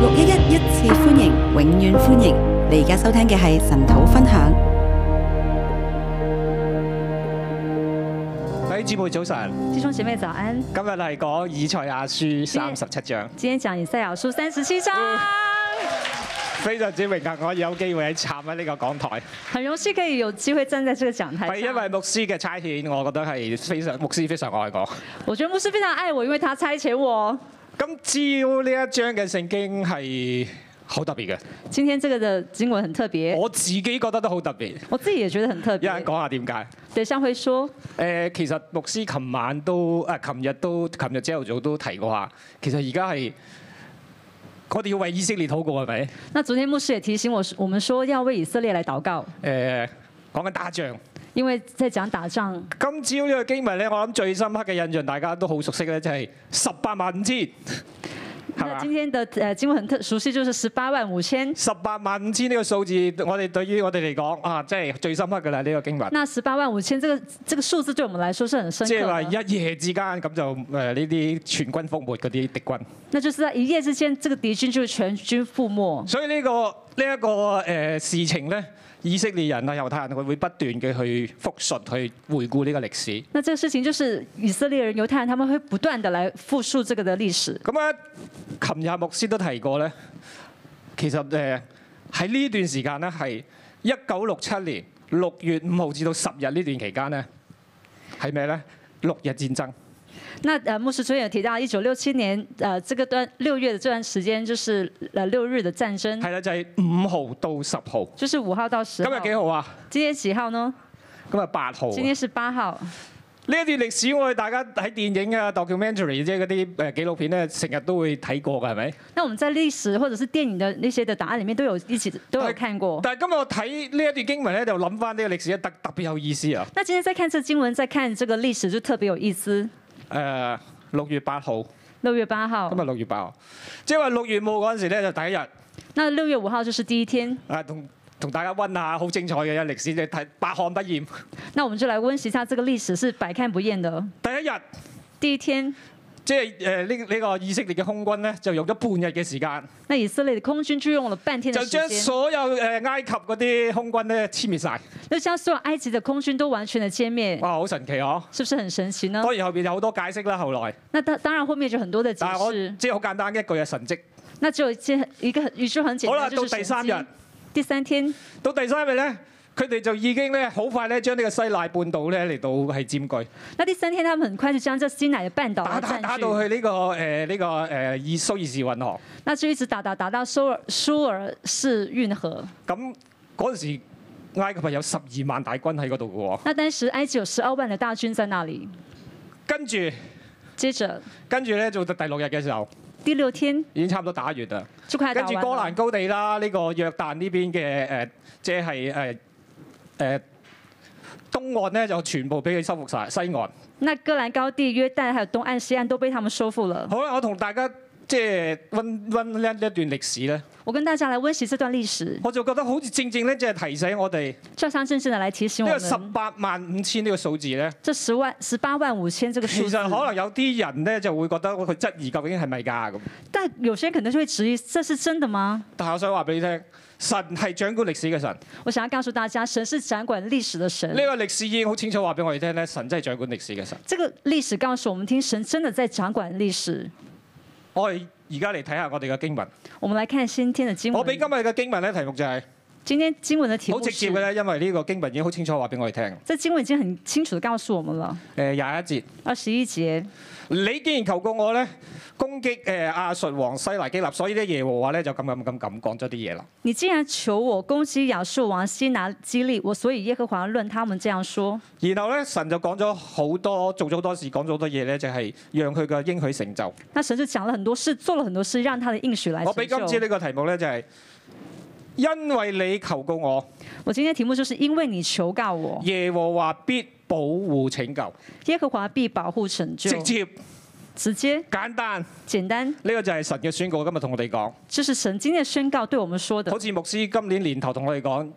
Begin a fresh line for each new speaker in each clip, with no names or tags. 六一一一次歡迎，永遠歡迎！你而家收聽嘅係神土分享。
各位姊妹早晨，
弟兄姐妹早安，
今日係講以賽亞書三十七章，
今天講以賽亞書三十七章，
非常之榮幸可以有機會喺站喺呢個講台，
很榮幸可以有機會站在這個講
係
台
因
上。
為牧師嘅差遣，我覺得係非常牧師非常愛我。
我覺得牧師非常愛我，因為他差遣我。哦
今朝呢一章嘅聖經係好特別嘅，
今天這個的經文很特別，
我自己覺得都好特別。
我自己也覺得很特
有人
別。
講下點解？
等一下會說，
誒、其實牧師琴晚都誒，琴、日都，琴日朝頭早都提過下，其實而家係我哋要為以色列禱告係咪？誒、
那昨天牧師也提醒我，我們說要為以色列來禱告，
講緊打仗。
因為在講打仗。
今朝呢個經文咧，我諗最深刻嘅印象，大家都好熟悉咧，就係十八萬五千，係
那
嘛
今？天的呃經文很特熟悉，就是十八萬五千。
十八萬五千呢個數字，我哋對於我哋嚟講啊，真係最深刻㗎啦！呢個經文，
那十八萬五千這個這個數字對我們來說是很深
即係話
刻的，
一夜之間咁就誒呃呢啲全軍覆沒嗰啲敵軍，
那就是在一夜之間，這個敵軍就全軍覆沒。
所以呢、個呢一、個誒、呃事情咧，以色列人啊、猶太人佢會不斷嘅去復述、去回顧呢個歷史。
那這個事情就是以色列人、猶太人，他們會不斷的來复述這個的歷史。
咁啊，琴日牧師都提過咧，其實誒喺呢段時間咧，係一九六七年六月五號至到十日呢段期間咧，係咩咧？六日戰爭，
那呃，牧師昨天有提到，一九六七年呃這個段六月的这段時間，就是呃六日的戰爭，
係啦，就係五號到十號。
就是五號到十
今
號。
日幾號啊？
今天幾號呢？
今日八號啊。
今天是八號。
呢一段歷史，我哋大家喺電影啊、documentary 即係嗰啲誒紀錄片咧，成日都會睇過㗎，係咪？
那我們在歷史或者是電影的那些的檔案裡面都有一起都有看過。
但係今日我睇呢一段經文咧，就諗翻呢個歷史咧，特特別有意思啊！
那今天在看這經文，在看這個歷史，就特別有意思。
誒、六月八號，
六月八號
今，日六月八號，即係話六月五號嗰陣時咧，就第一日。
那六月五號就是第一天。
啊，同同大家温下，好精彩嘅歷史，你睇百看不厭。
那我們就來溫習一下這個歷史，是百看不厭的。
第一日，
第一天，
即係誒呢呢個以色列嘅空軍咧，就用咗半日嘅時間，
那以色列的空軍就用了半天的
就
時間
將，所有誒埃及嗰啲空軍咧殲滅晒。
就將所有埃及的空軍都完全的歼滅，
哇，好神奇哦！
是不是很神奇呢？
當然後邊有好多解釋啦，後來，
那當當然後面就很多的解
但係我
釋，
即係好簡單一句係神蹟。
那只有一件一個一句很簡
好啦，
單，就
到
是
第
神
三日
蹟。。第三天，
到第三日咧，佢哋就已經咧好快咧將呢個西奈半島咧嚟到係佔據，
那第三天他們很快就將這西乃的半島啊
打
來
打打
佔
到
據，
去呢、個呃誒呢、個誒以蘇伊士運河。
那就一直打打打到蘇爾蘇爾士運河。
咁嗰陣時，埃及係有十二萬大軍喺嗰度嘅喎。
那當時埃及有十二萬的大軍在那裡。
跟住
接着
跟住咧，做到第六日嘅時候，
第六天
已經差唔多打完啦。
就快
跟
打
住
完
哥
了
蘭高地啦，呢、個約旦呢邊嘅誒、呃即係誒誒東岸咧，就全部俾佢收復晒。西岸。
那戈蘭高地、約旦還有東岸、西岸都被他們收復了。
好啦，我同大家。即係温温呢一段歷史咧，
我跟大家來溫習這段歷史，
我就覺得好似正正咧，即係提醒我哋
就像正正的來提醒
呢
我
個十
們。
八萬五千呢個數字咧，
这十万十八万五千这个
其實
数字，
可能有啲人咧就會覺得佢質疑究竟係咪㗎咁。
但有些人可能就会质疑，这是真的吗？
但係我想話俾你聽，神係掌管歷史嘅神。呢、
我想要告诉大家，神是掌管歷史的神。
個歷史已經好清楚話俾我哋聽咧，神真係掌管歷史嘅神。
这个历史告诉我们听，神真的在掌管历史。
我哋而家嚟睇下我哋嘅經文。
我們来看今天的经文。
我俾今日嘅經文咧題目就係、
今天经文的题
好
目
直接
是
嘅，咧，因為呢個經文已經好清楚話俾我哋聽。誒、
这经文已经很清楚的告诉我们了。
廿一節，
二十一节，
你既然求告我咧，攻擊誒、亞述王西拿基立，所以咧耶和華咧就咁咁咁咁講咗啲嘢啦。
你既然求我攻擊亞述王西拿基利，我所以耶和華論他们这样说。
然後咧神就講咗好多，做咗好多事，講咗好多嘢咧，就係、讓佢嘅應許成就。
那神就講了很多事，做了很多事，讓他的應許來
我俾
成
今次
就。
呢個題目咧就係、因為你求告我。
我今天的題目就是因為你求告我，
耶和華必保護拯救，
耶和華必保護拯救。
直接
直接
簡單，呢、
簡單，
個就係神嘅宣告。今日同我哋講，
這是神今天的宣告對我們說的
好。似牧師今年年頭同我哋講，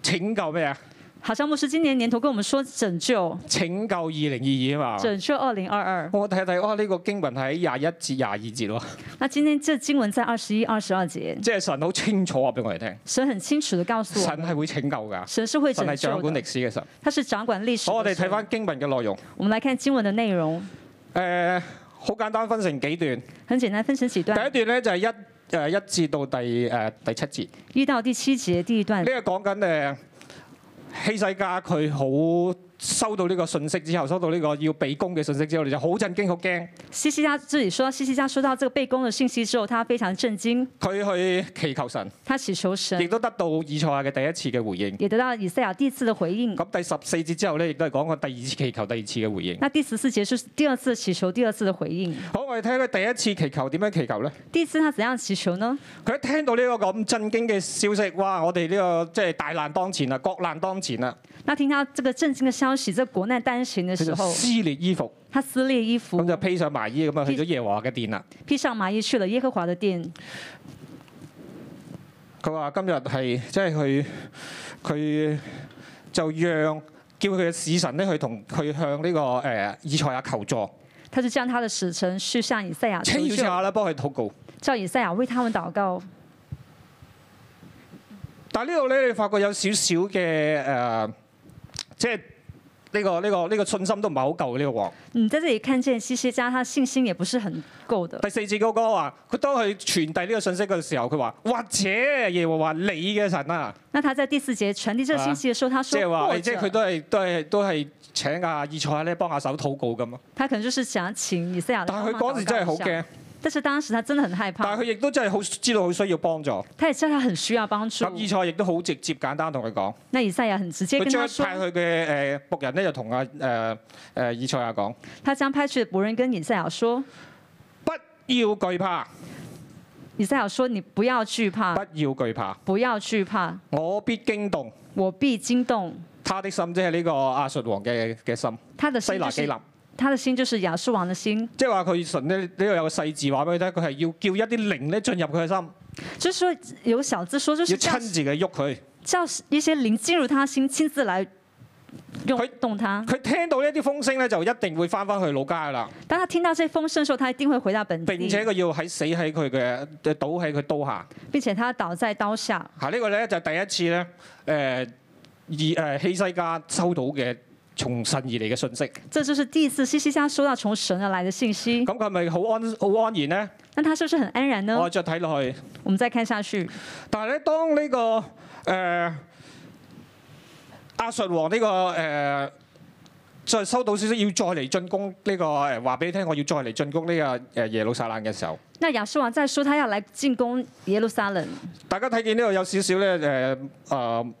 拯救咩啊？
好像牧师今年年头跟我们说拯救，
拯救二零二二啊嘛。
拯救二零二二。
我睇睇，哇！呢、個經文喺廿一至廿二節喎，
那今天这经文在二十一、二十二节，
即係神好清楚話俾我哋聽，
神很清楚的告诉我
神
们，
係會拯救㗎，
神是会
神
拯
係掌
救
管
的
歷，史嘅神。
他是掌管历史
好，我哋
的神。
睇翻經文嘅內容，誒、
我们来看经文的内容，
好簡單分成幾段。
很简单，分成几段，
第一段咧就係一誒、呃一至到第誒、呃第七節，
一到第七节第一段
呢、。個講緊誒希西家佢好收到呢個信息之後，收到呢個要被攻嘅信息之後，你就好震驚、好驚。
西西家这里说，西西家收到这个被攻的信息之后，他非常震惊，
佢去祈求神，
他祈求
亦
神，
都得到以賽亞嘅第一次嘅回應。
也得到以赛亚第一次的回应。
咁第十四節之後咧，亦都係講過第二次祈求、第二次嘅回應。
那第十四节是第二次祈求，第二次的回应。
好，我哋睇佢第一次祈求點樣祈求咧？
第一次他怎样祈求呢？
佢一聽到呢個咁震驚嘅消息，哇！我哋呢、個即係大難當前啊啦，國難當前啦，
那听到这个震惊的消息，这国难单行的
佢
时
就
候，
撕裂衣服，
他撕裂衣服
咁，就披上麻衣，咁啊去咗耶和華嘅殿啦。
披上麻衣去了耶和华的殿。
佢話今日係即係佢佢就讓叫佢嘅使臣咧去同佢向呢、個誒、呃以賽亞求助，
他就叫他的使臣去向以赛亚
請
求
以賽
救，
亞啦幫佢禱告。
叫以赛亚为他们祷告。
但係呢度咧，你發覺有少少嘅誒，即係呢、個呢、個呢、個信心都唔係好夠呢、個王。
你嗯在这里看见西西家，他信心也不是很够的。
第四節嗰個話，佢當佢傳遞呢個信息嘅時候，佢話：或者耶和華你嘅神啊，
那他在第四节传递这个哎信息的时候，他
即
说
係話，
或
即係佢
者，
都係都係都係請阿以賽亞咧帮下手禱告咁啊。
他可能就是想请以赛亚来
但係佢
帮忙
嗰時真係好
祷告一啊下
驚，
但是当时他真的很害
但
怕
係佢，亦都真係好知道好需要幫助。
他也知道他很需要帮助
咁。以賽亦都好直接簡單同佢講，
那以赛亚很直接
佢
跟他
將
说，
派佢嘅誒仆人咧就同阿誒誒以賽亞講：
他将派去的仆人跟以赛亚说，
不要懼怕，
以赛亚说你不要惧怕
不，要懼怕，
不要惧怕，
我必驚動。
我必惊动
他的心即係呢個亞述王嘅嘅心，
他的
西
心、
拿
就
基
是
立，
他的心就是亚述王的心，
即係話佢神咧呢度有個細字話俾佢聽，佢係要叫一啲靈咧進入佢嘅心，
就是说有小字说，就是
要
叫
親自嘅喐佢。
叫一些灵进入他心，亲自来用
可以
动他。
佢聽到呢啲風聲咧，就一定會翻返去老家噶啦。
当他聽到这風聲的时候，他一定会回到本地，
並且佢要喺死喺佢嘅倒喺佢刀下。
并且他倒在刀下。
嚇、呢個咧就係第一次咧，誒、以誒、希西家收到嘅從神而嚟嘅信息。咁
这就是第一次西西家收到从神而来的信息。
佢係咪好安好安然咧？
那他是不是很安然呢？
我再睇落去。
我们再看下去，
但係咧，當呢、個誒、亞述王呢、個誒、再收到消息要再嚟進攻呢、個誒話俾你聽，我要再嚟進攻呢個誒耶路撒冷嘅時候，
那亚述王在说他要来进攻耶路撒冷，
大家睇見呢度有少少咧誒誒。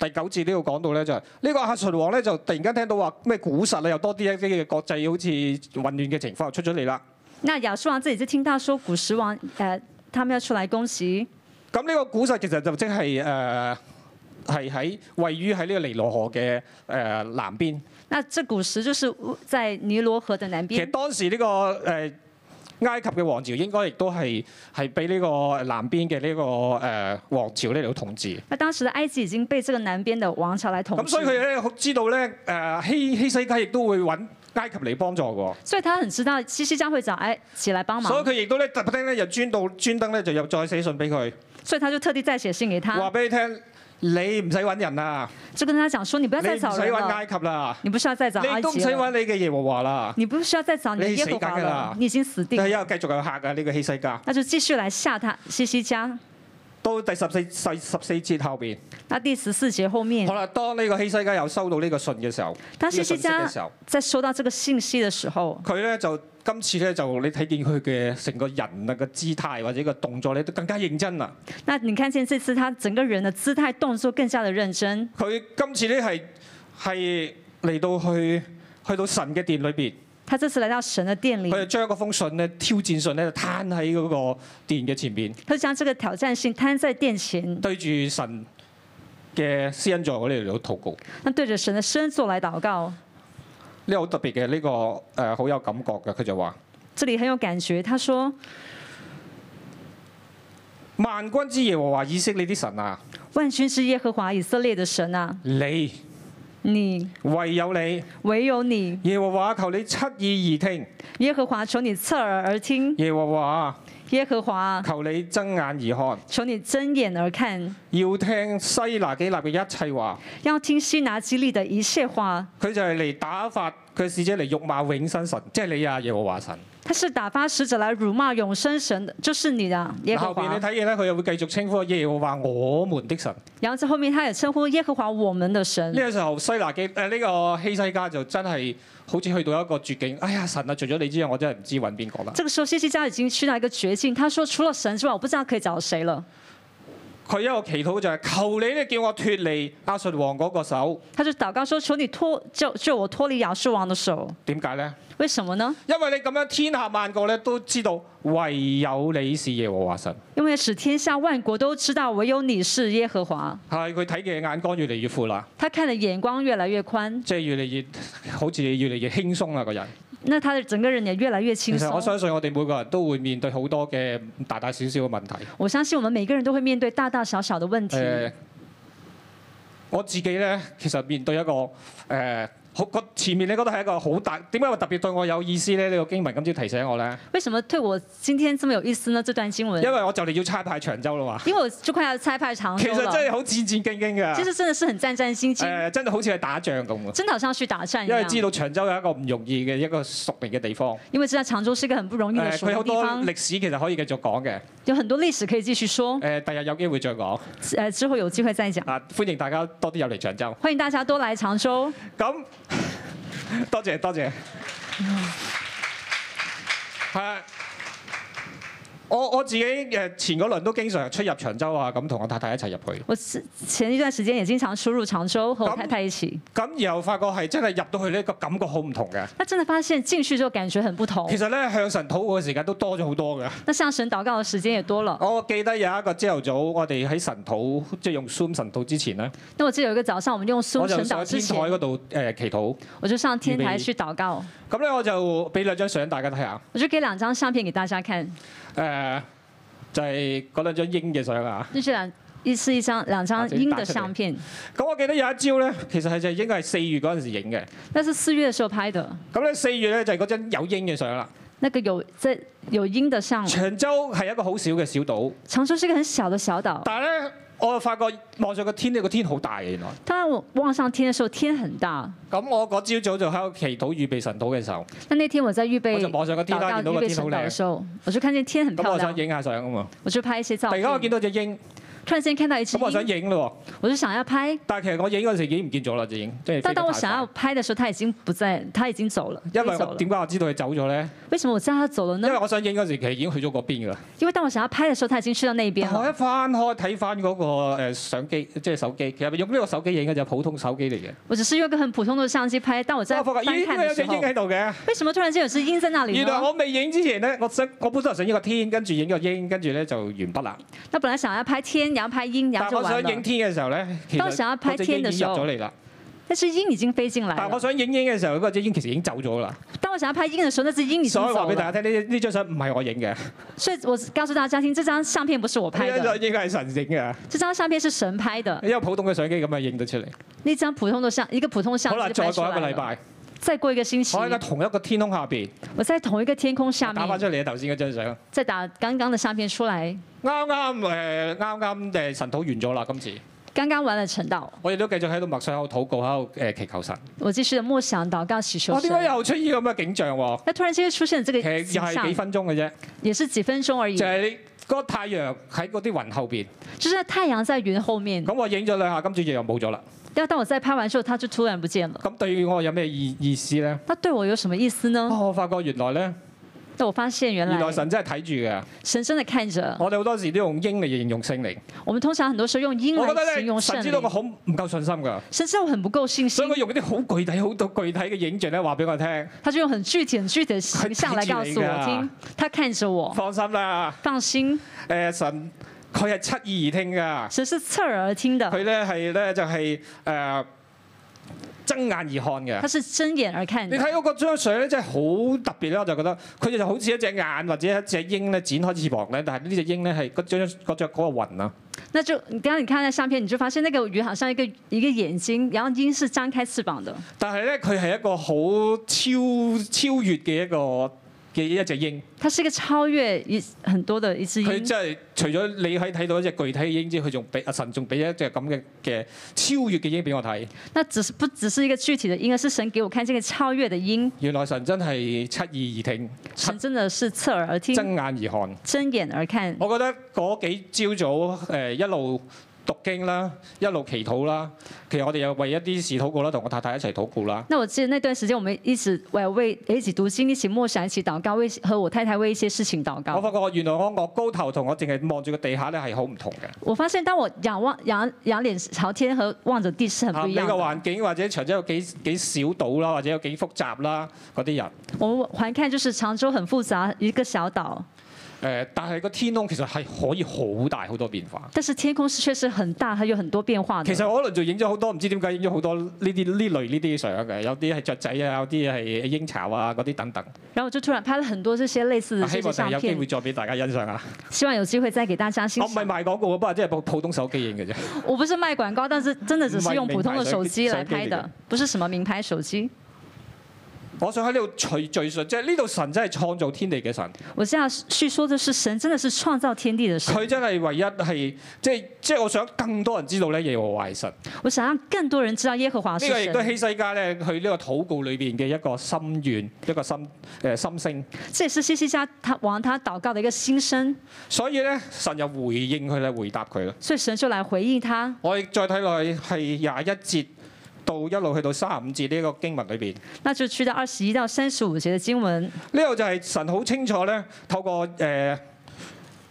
第九節呢度講到咧就係、呢個亞述王咧就突然間聽到話咩古實啊又多啲一啲嘅國際好似混亂嘅情況又出咗嚟啦。
那亚述王自己就听到说古时王呃他们要出来攻击，
咁呢個古實其實就即係誒係喺位於喺呢個尼羅河嘅誒、呃南邊。
那这古时就是在尼罗河的南
其實
边。
當時呢、個誒、埃及嘅王朝應該亦都係係俾呢個南邊嘅呢、個誒、王朝呢嚟到統治。
那当时的埃及已经被这个南边的王朝来统
咁
治
所以，佢咧好知道咧誒、希希西家亦都會揾埃及嚟幫助嘅喎。
所以他很知道西西家会找埃及来帮忙
所以，佢亦都咧特登咧又專到專登咧就又再寫信俾佢，
所以他就特地再写信给
話
他，
俾你聽，你唔使揾人啦，
就跟他讲说：你不要
你
再
唔使
找人
揾
了
埃，及啦，
你不需要再找
你
埃
亦都唔
及
使揾
了，
你嘅耶和華啦。
你不需要再找你的
你
耶
死
和华
梗
了
啦，啊
你已经死定
但係
了。
又繼續有客㗎呢個希西家，
那就继续来吓他西西家。
到第十四十十四節後邊。
那第十四节后面
好，啦，當呢個希西家又收到呢個信嘅時候，
当
呢個
西西
信息
家
嘅時候，
在收到这个信息的时候，
佢咧就今次咧就你睇見佢嘅成個人啊個姿態或者個動作咧都更加認真啦。
那你看见这次他整个人的姿态动作更加的认真，
佢今次咧係係嚟到去去到神嘅殿裏邊，
他这次来到神的殿里
佢，就將嗰封信咧挑戰信咧攤喺嗰個殿嘅前邊，
他就将这个挑战性摊在殿前，
對住神嘅施恩座嗰啲嚟到禱告。
那对着神的身座来祷告。
呢個好特別嘅，呢個誒好有感覺嘅。佢就話：
这里很有感觉，他说
萬軍之耶和華以色列啲神啊，：“
万军之耶和华以色列的神啊，
你
你
唯有你，
唯有你，
耶和華求你側耳而聽，
耶和華求你侧耳而听，
耶和華
耶和华
求你睜眼而看，
求你睁眼而看，
要聽西拿基立嘅一切話。
要听西拿基利的一切话。
佢就係嚟打發佢使者嚟辱罵永生神，即係你啊耶和華神。
他是打发使者来辱骂永生神的，就是你的啊耶和
後邊
华
你。睇嘢咧，佢又會繼續稱呼耶和華我們的神。呢、
然后在后面他也称呼耶和华我们的神。
個時候西拿基誒呢、個希西家就真係好似去到一個絕境。哎呀神啊，除咗你之外，我真係唔知揾邊個啦。
这个时候，西西家已经去到一个绝境，他说：“除了神之外，我不知道可以找谁了。
佢一個祈禱就係、求你咧叫我脱離亞述王嗰個手。”
他就祷告说：“求你脱救救我脱离亚述王的手。
點解呢？”
为什么呢？
因為你咁樣天下萬國咧都知道，唯有你是耶和華神。
因为使天下万国都知道，唯有你是耶和华。
係佢睇嘅眼光越嚟越闊啦，
他看的眼光越来越宽，
即係越嚟越好似越嚟越輕鬆啦個人。
那他的整个人也越来越
其
轻
實我
松。
相信我哋每個人都會面對好多嘅大大小小嘅問題。
我相信我们每个人都会面对大大小小的问题
誒、。呃我自己咧其實面對一個誒。好個前面你覺得係一個好大，點解會特別對我有意思咧？呢、個經文今朝提醒我咧，
为什么对我今天这么有意思呢？这段经文
因，為我就嚟要差派長洲啦嘛。
因为我就快要拆派长
其
洲
實
了。
真係好戰戰兢兢
哦其
㗎，
实真的是很战战哎兢
誒、
兢，
真係好似係打仗咁喎。
真的好像去打仗一
因為知
样。
道長洲有一個唔容易嘅一個熟練嘅地方，
因为知道常州是一个很不容易的
誒
熟
佢
的
好
地
哎多
方，
歷史其實可以繼續講嘅，
有很多历史可以继续说，
誒第日有機會再講，
呃，之后有机会再讲。
啊歡迎大家多啲入嚟長洲，
欢迎大家多来常州。
咁多謝多謝，係啊我我自己誒前嗰輪都經常出入長洲啊，咁同我太太一齊入去，
我是前一段时间也经常出入常州，和我太太一起。
咁然後發覺係真係入到去呢個感覺好唔同嘅，
那真的发现进去之后感觉很不同
其。實咧向神禱告嘅時間都多咗好多嘅。
那向神祷告的时间也多了。
我記得有一個朝頭早，我哋喺神禱，即係用 Zoom 神禱之前咧，
那我记得有一个早上，我们用
我
松
就
神
上
祷
天
之
台
前，
嗰度誒祈禱。
我就上天
预
台
备
去祷告。
咁咧我就俾兩張相大家睇下，
我就给两张相片给大家看，
誒、就係、嗰兩張鷹嘅相啊。
就是两一是一张两
把
张
这个
鹰
打
的
出来
相片。
咁我記得有一招咧，其實係就應該係四月嗰陣時影嘅。
那是四月的时候拍的，
咁咧四月咧就係嗰張有鷹嘅相啦。
那个有在有鹰的上，
長洲係一個好小嘅小島，
常州是一个很小的小岛。
但係咧我就發覺望上個天呢個天好大嘅啊原來。
当然我望上天的时候，天很大。
咁我嗰朝早就喺度祈禱預備神禱嘅時候，
那那天我在预备
我就望上個天啦
祷
見到
告、预
個
备
天
神
好
祷的
靚
时候，我就看见天很
咁
漂
我想
亮，
影下相啊嘛。
我就拍一些照
突然間我
片
見。到隻鷹，
突然间看到一只
咁我想
鹰，
影咯喎。
我就想要拍，
但係其實我影嗰陣時已經唔見咗啦，已經即係飛得
但当我
太
想要
快
拍的时候，他已经不在，他已经走了，
因為
飞走
我
了。
點解我知道佢走咗咧？
为什么我知道他走了
因
呢
為？我想影嗰陣時其實已經去咗嗰邊㗎啦。
因为当我想要拍的时候，他已经去到那边
但我
了。
一翻開睇翻嗰個誒相機，即係手機，其實用呢個手機影嘅就係普通手機嚟嘅。
我只是用一个很普通的相機拍，但我在
我發
翻
覺咦，點
看
解
的
有隻
时
鷹
候，
喺度嘅？
为什么突然间有只鹰在那里
原來
呢？
我未影之前咧，我想我本身係想影個天，跟住影個鷹，跟住咧就完畢啦。
那本来想要拍天，然后拍鹰，然
但
后就
我想
完
影
了。
天嘅時候咧，其
啊當
實
我想一拍
嗰隻
天
鷹
嘅
已
時
經
候
入咗嚟啦。
但是鹰已经飞进来
但我
了。
想影影嘅時候，嗰隻鷹其實已經走咗啦。
当我想要拍鹰的时候，那只鹰已经
所以話
走
俾大
了。
家聽，呢呢張相唔係我影嘅，
所以我告诉大家听，这张相片不是我拍
呢
的，
張應該係神影嘅，
这张相片是神拍的，
因為普通嘅相機咁啊影得出嚟。
那张普通的相，一个普通相
好
机
啦，
就
再
拍出
過一個
来
禮
了。
拜，
再过一个星期
我，喺個同一個天空下邊
我在同一个天空下
打翻
面
出嚟頭先嗰張相。
再打刚刚的相片出来。
啱啱誒，啱啱誒神討完咗啦，今次
刚刚完了晨祷，
我哋都繼續喺度默想、喺度禱告、喺度誒祈求神。
我继续的默想、祷告、祈求
我點解
神。
又出現咁嘅景象喎？
那突然之间出现这个
其實
景
啊又係幾
象，
分鐘嘅啫，
也是几分钟而已
就。係你嗰個太陽喺嗰啲雲後邊。
就是太陽在雲後面，
咁我影咗兩下，今次又冇咗啦。
但當我在拍完之後，它就突然不見了。
咁對我有咩意意思咧？
那對我有什麼意思呢？
啊我發覺原來咧，
那我发嗯现原
原來
來
神真係睇住嘅。
神真的看着
我哋好多時都用鷹嚟形容聖靈。
我們，通常很多時候用英
我覺得
來形容
咧，神
聖
知道我
靈，
好唔夠信心㗎，
神知道我很不夠信
所以
心
佢，用啲好具體、好到具體嘅影像咧，話俾我聽。
他就用很具體、很具體的形象來告
他看着
訴我
你
聽，他看着我，
放心啦，
放心，
誒、神佢係側耳而聽噶，
神是側耳而聽的，
佢咧係咧就係、誒睜眼而看嘅
他。是睜眼而看
你
的。
睇到個張相咧，真係好特別咧，我就覺得佢哋就好似一隻眼或者一隻鷹咧展開翅膀咧，但係呢只鷹咧係嗰張嗰只嗰個雲啊，
那就你刚刚你看那相片，你就发现那个鱼好像一个一个眼睛，然后鹰是张开翅膀的。
但係咧，佢係一個好超超越嘅一個嘅一隻鷹。
它是一个超越一很多的一只
佢
鹰，
真係除咗你喺睇到一隻具體嘅鷹之外，佢仲俾阿神仲俾一隻咁嘅嘅超越嘅鷹俾我睇。
那只是不只是一个具体的鹰，而是神给我看这个超越的鹰，
原來神真係七耳而聽，七
神真的是侧耳而听，
睜眼而看。
睁眼而看。
我覺得嗰幾朝早誒、呃一路讀經啦，一路祈禱啦。其實我哋又為一啲事禱告啦，同我太太一齊禱告啦。
那我记得那段时间，我们一直为为一起读经，一起默想，一起祷告，为和我太太为一些事情祷
我
告。
發覺原來我昂高頭同我淨係望住個地下咧係好唔同嘅。
我发现，当我仰望仰仰脸朝天和望着地是很
啊
不
你
一
個
样的。
環境或者長洲有幾幾小島啦，或者有幾複雜啦嗰啲人。誒、
我们环看就是常州很複雜，一个小岛，
但係個天空其實係可以好大好多變化。
但是天空是确实很大，它有很多變化的。
其實我嗰輪就影咗好多，唔知點解影咗好多呢啲呢類呢啲相嘅，有啲係雀仔啊，有啲係鷹巢啊嗰啲等等。
然后我就突然拍了很多这些類似的
希
这些
望
嗯相
第有機
片
會，再俾大家欣賞下。
希望有機會再給大家欣
我哦唔係
賞。
賣廣告，不過即係普普通手機影嘅啫。
我不是賣廣告，但是真的只是用普通的手机来拍
明白
的，不是什么名牌手机。
我想喺呢度敘敘述，即係呢度神真係創造天地嘅神，
我现在叙说的是神真的是創造天地的神，
佢真係唯一係即係即係我想更多人知道咧耶和華係神。
我想让更多人知道耶和华是
呢個亦都係
神。
希西家咧，佢呢個禱告裏邊嘅一個心願，一個心誒、呃心聲。
这也是西西家他王他祷告的一個心声，
所以咧，神又回應佢啦，回答佢啦。
所以神就来回應他。
我哋再睇落去係廿一節到一路去到三十五節呢個經文裏邊，
那就去到二十一到三十五节的经文，
呢度就係神好清楚咧，透過誒、呃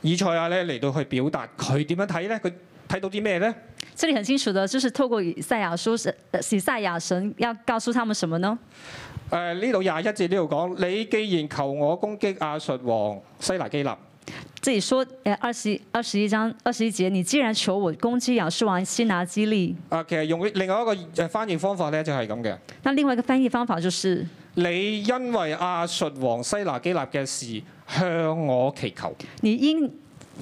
以賽亞咧嚟到去表達佢點樣睇咧，佢睇到啲咩咧？
这里很清楚的，就是透過以赛亚书神，呃以赛亚神要告訴他們什么呢？
誒呃呢度廿一節呢度講，你既然求我攻擊亞述王西拿基立，
这里说，呃，二十二十一章二十一节，你既然求我攻击亚述王西拿基利，
啊，其實用另外一個誒翻譯方法咧就係咁嘅。
那另外一個翻譯方法就是，
你因為亞述王西拿基立嘅事向我祈求，
你因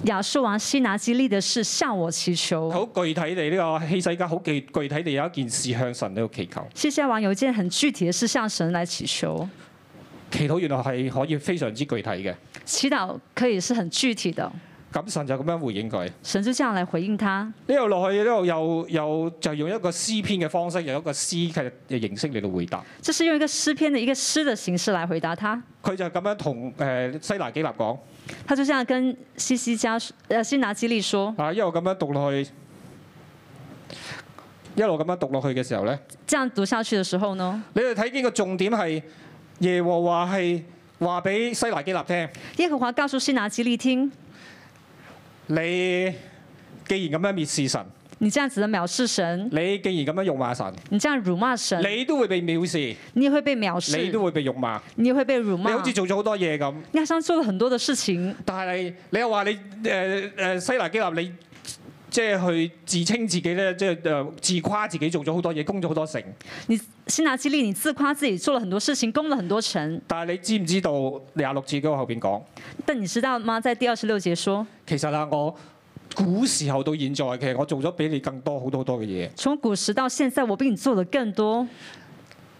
亚述王西拿基利的事向我祈求。
好具體地呢個希西家好具具體地有一件事向神喺度祈求，
西夏王有一件很具體的事向神来祈求，
祈禱原來係可以非常之具體嘅。
祈禱可以是很具體的，
咁神就咁樣回應佢。
神就這樣來回應他。
呢度落去，呢度又又就用一個詩篇嘅方式，用一個詩嘅嘅形式嚟到回答。
这是用一個詩篇的一個詩的形式來回答他。
佢就咁樣同誒、呃西拿基立講
他就這樣跟西西加呃西拿基利說，
啊，一路咁樣讀落去，一路咁樣讀落去嘅時候咧。
這樣讀下去的時候呢，
你哋睇見個重點係耶和華係話俾西拿基立聽，
耶和華告訴西拿基利聽，
你既然咁樣蔑視神，
你這樣子的藐視神，
你既然咁樣辱罵神，
你這樣辱罵神，
你都會被藐視，
你也會被藐視，
你
你
都會被辱罵，
也會被辱
你
罵。
好似做咗好多嘢咁，
你好像做了很多的事情，
但係你又話你誒誒、呃西拿基立你。即係去自稱自己咧，即係誒自誇自己做咗好多嘢，攻咗好多城。
你西拿基利，你自誇自己做了很多事情，攻了很多城，
但係你知唔知道廿六字嗰個後邊講？
但你知道嗎？在第二十六節說，
其實啊，我古時候到現在，其實我做咗比你更多好多好多嘅嘢。
從古時到現在，我比你做的更多。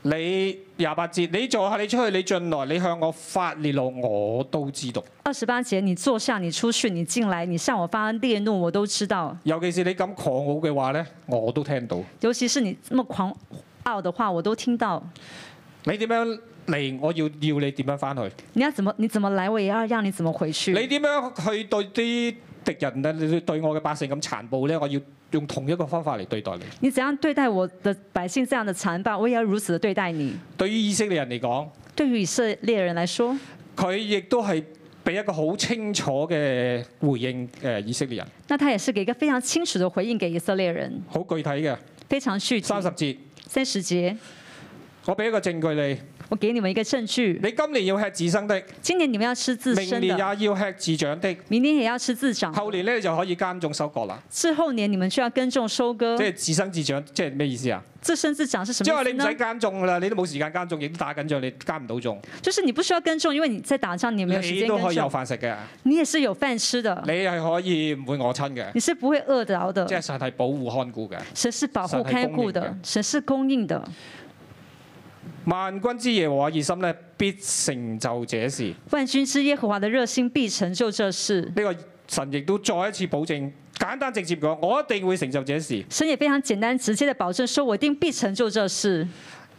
你廿八節，你坐下，你出去，你進來，你向我發烈怒，我都知道。
二十八節，你坐下，你出去，你進來，你向我發烈怒，我都知道。
尤其是你咁狂傲嘅話呢，我都聽到。
尤其是你那麼狂傲的話，我都聽到。
你點樣嚟，我要要你點樣翻去。
你要怎麼你怎麼來，我也要讓你怎麼回去。
你點樣去對啲敵人咧，你對我嘅百姓咁殘暴呢？我要用同一個方法嚟對待你。
你怎樣對待我的百姓這樣的殘暴，我也要如此的對待你。
對於以色列人嚟講，
對於以色列人來說，
佢亦都係俾一個好清楚嘅回應誒、呃以色列人，
那他也是給一個非常清楚的回應給以色列人，
好具體嘅
非常具體
三。十節。
三十節，
我俾一個證據你，
我给你们一个证据，
你今年要吃自生的，
今年你们要吃自
明
生
年
的，啊
也要吃自長的，
明年也要吃自长的，
後年咧就可以耕種收割啦。
至后年你们就要耕種收割
即。係自生自長，即係咩意思啊？
自生自长是啊什
即係
么
話
意
你唔
思呢
使？耕種噶啦，你都冇時間耕種，亦都打緊仗，你耕唔到種，
就是你不需要耕種，因为你在打仗，你没有时
你
间
都可
耕
以有
種，
飯食嘅，
你也是有饭吃的
你，係可以唔會餓親嘅，
你是不会饿着
即係
的。
神係保護看顧嘅。
神是保护
神是
看
供
顾
应的
的，神是供应的。
萬軍之耶和華熱心咧，必成就這事。呢、
万军之耶和华的热心必成就这事。
個神亦都再一次保證，簡單直接講，我一定會成就這事。
神也非常简单直接的保证说，我一定必成就这事。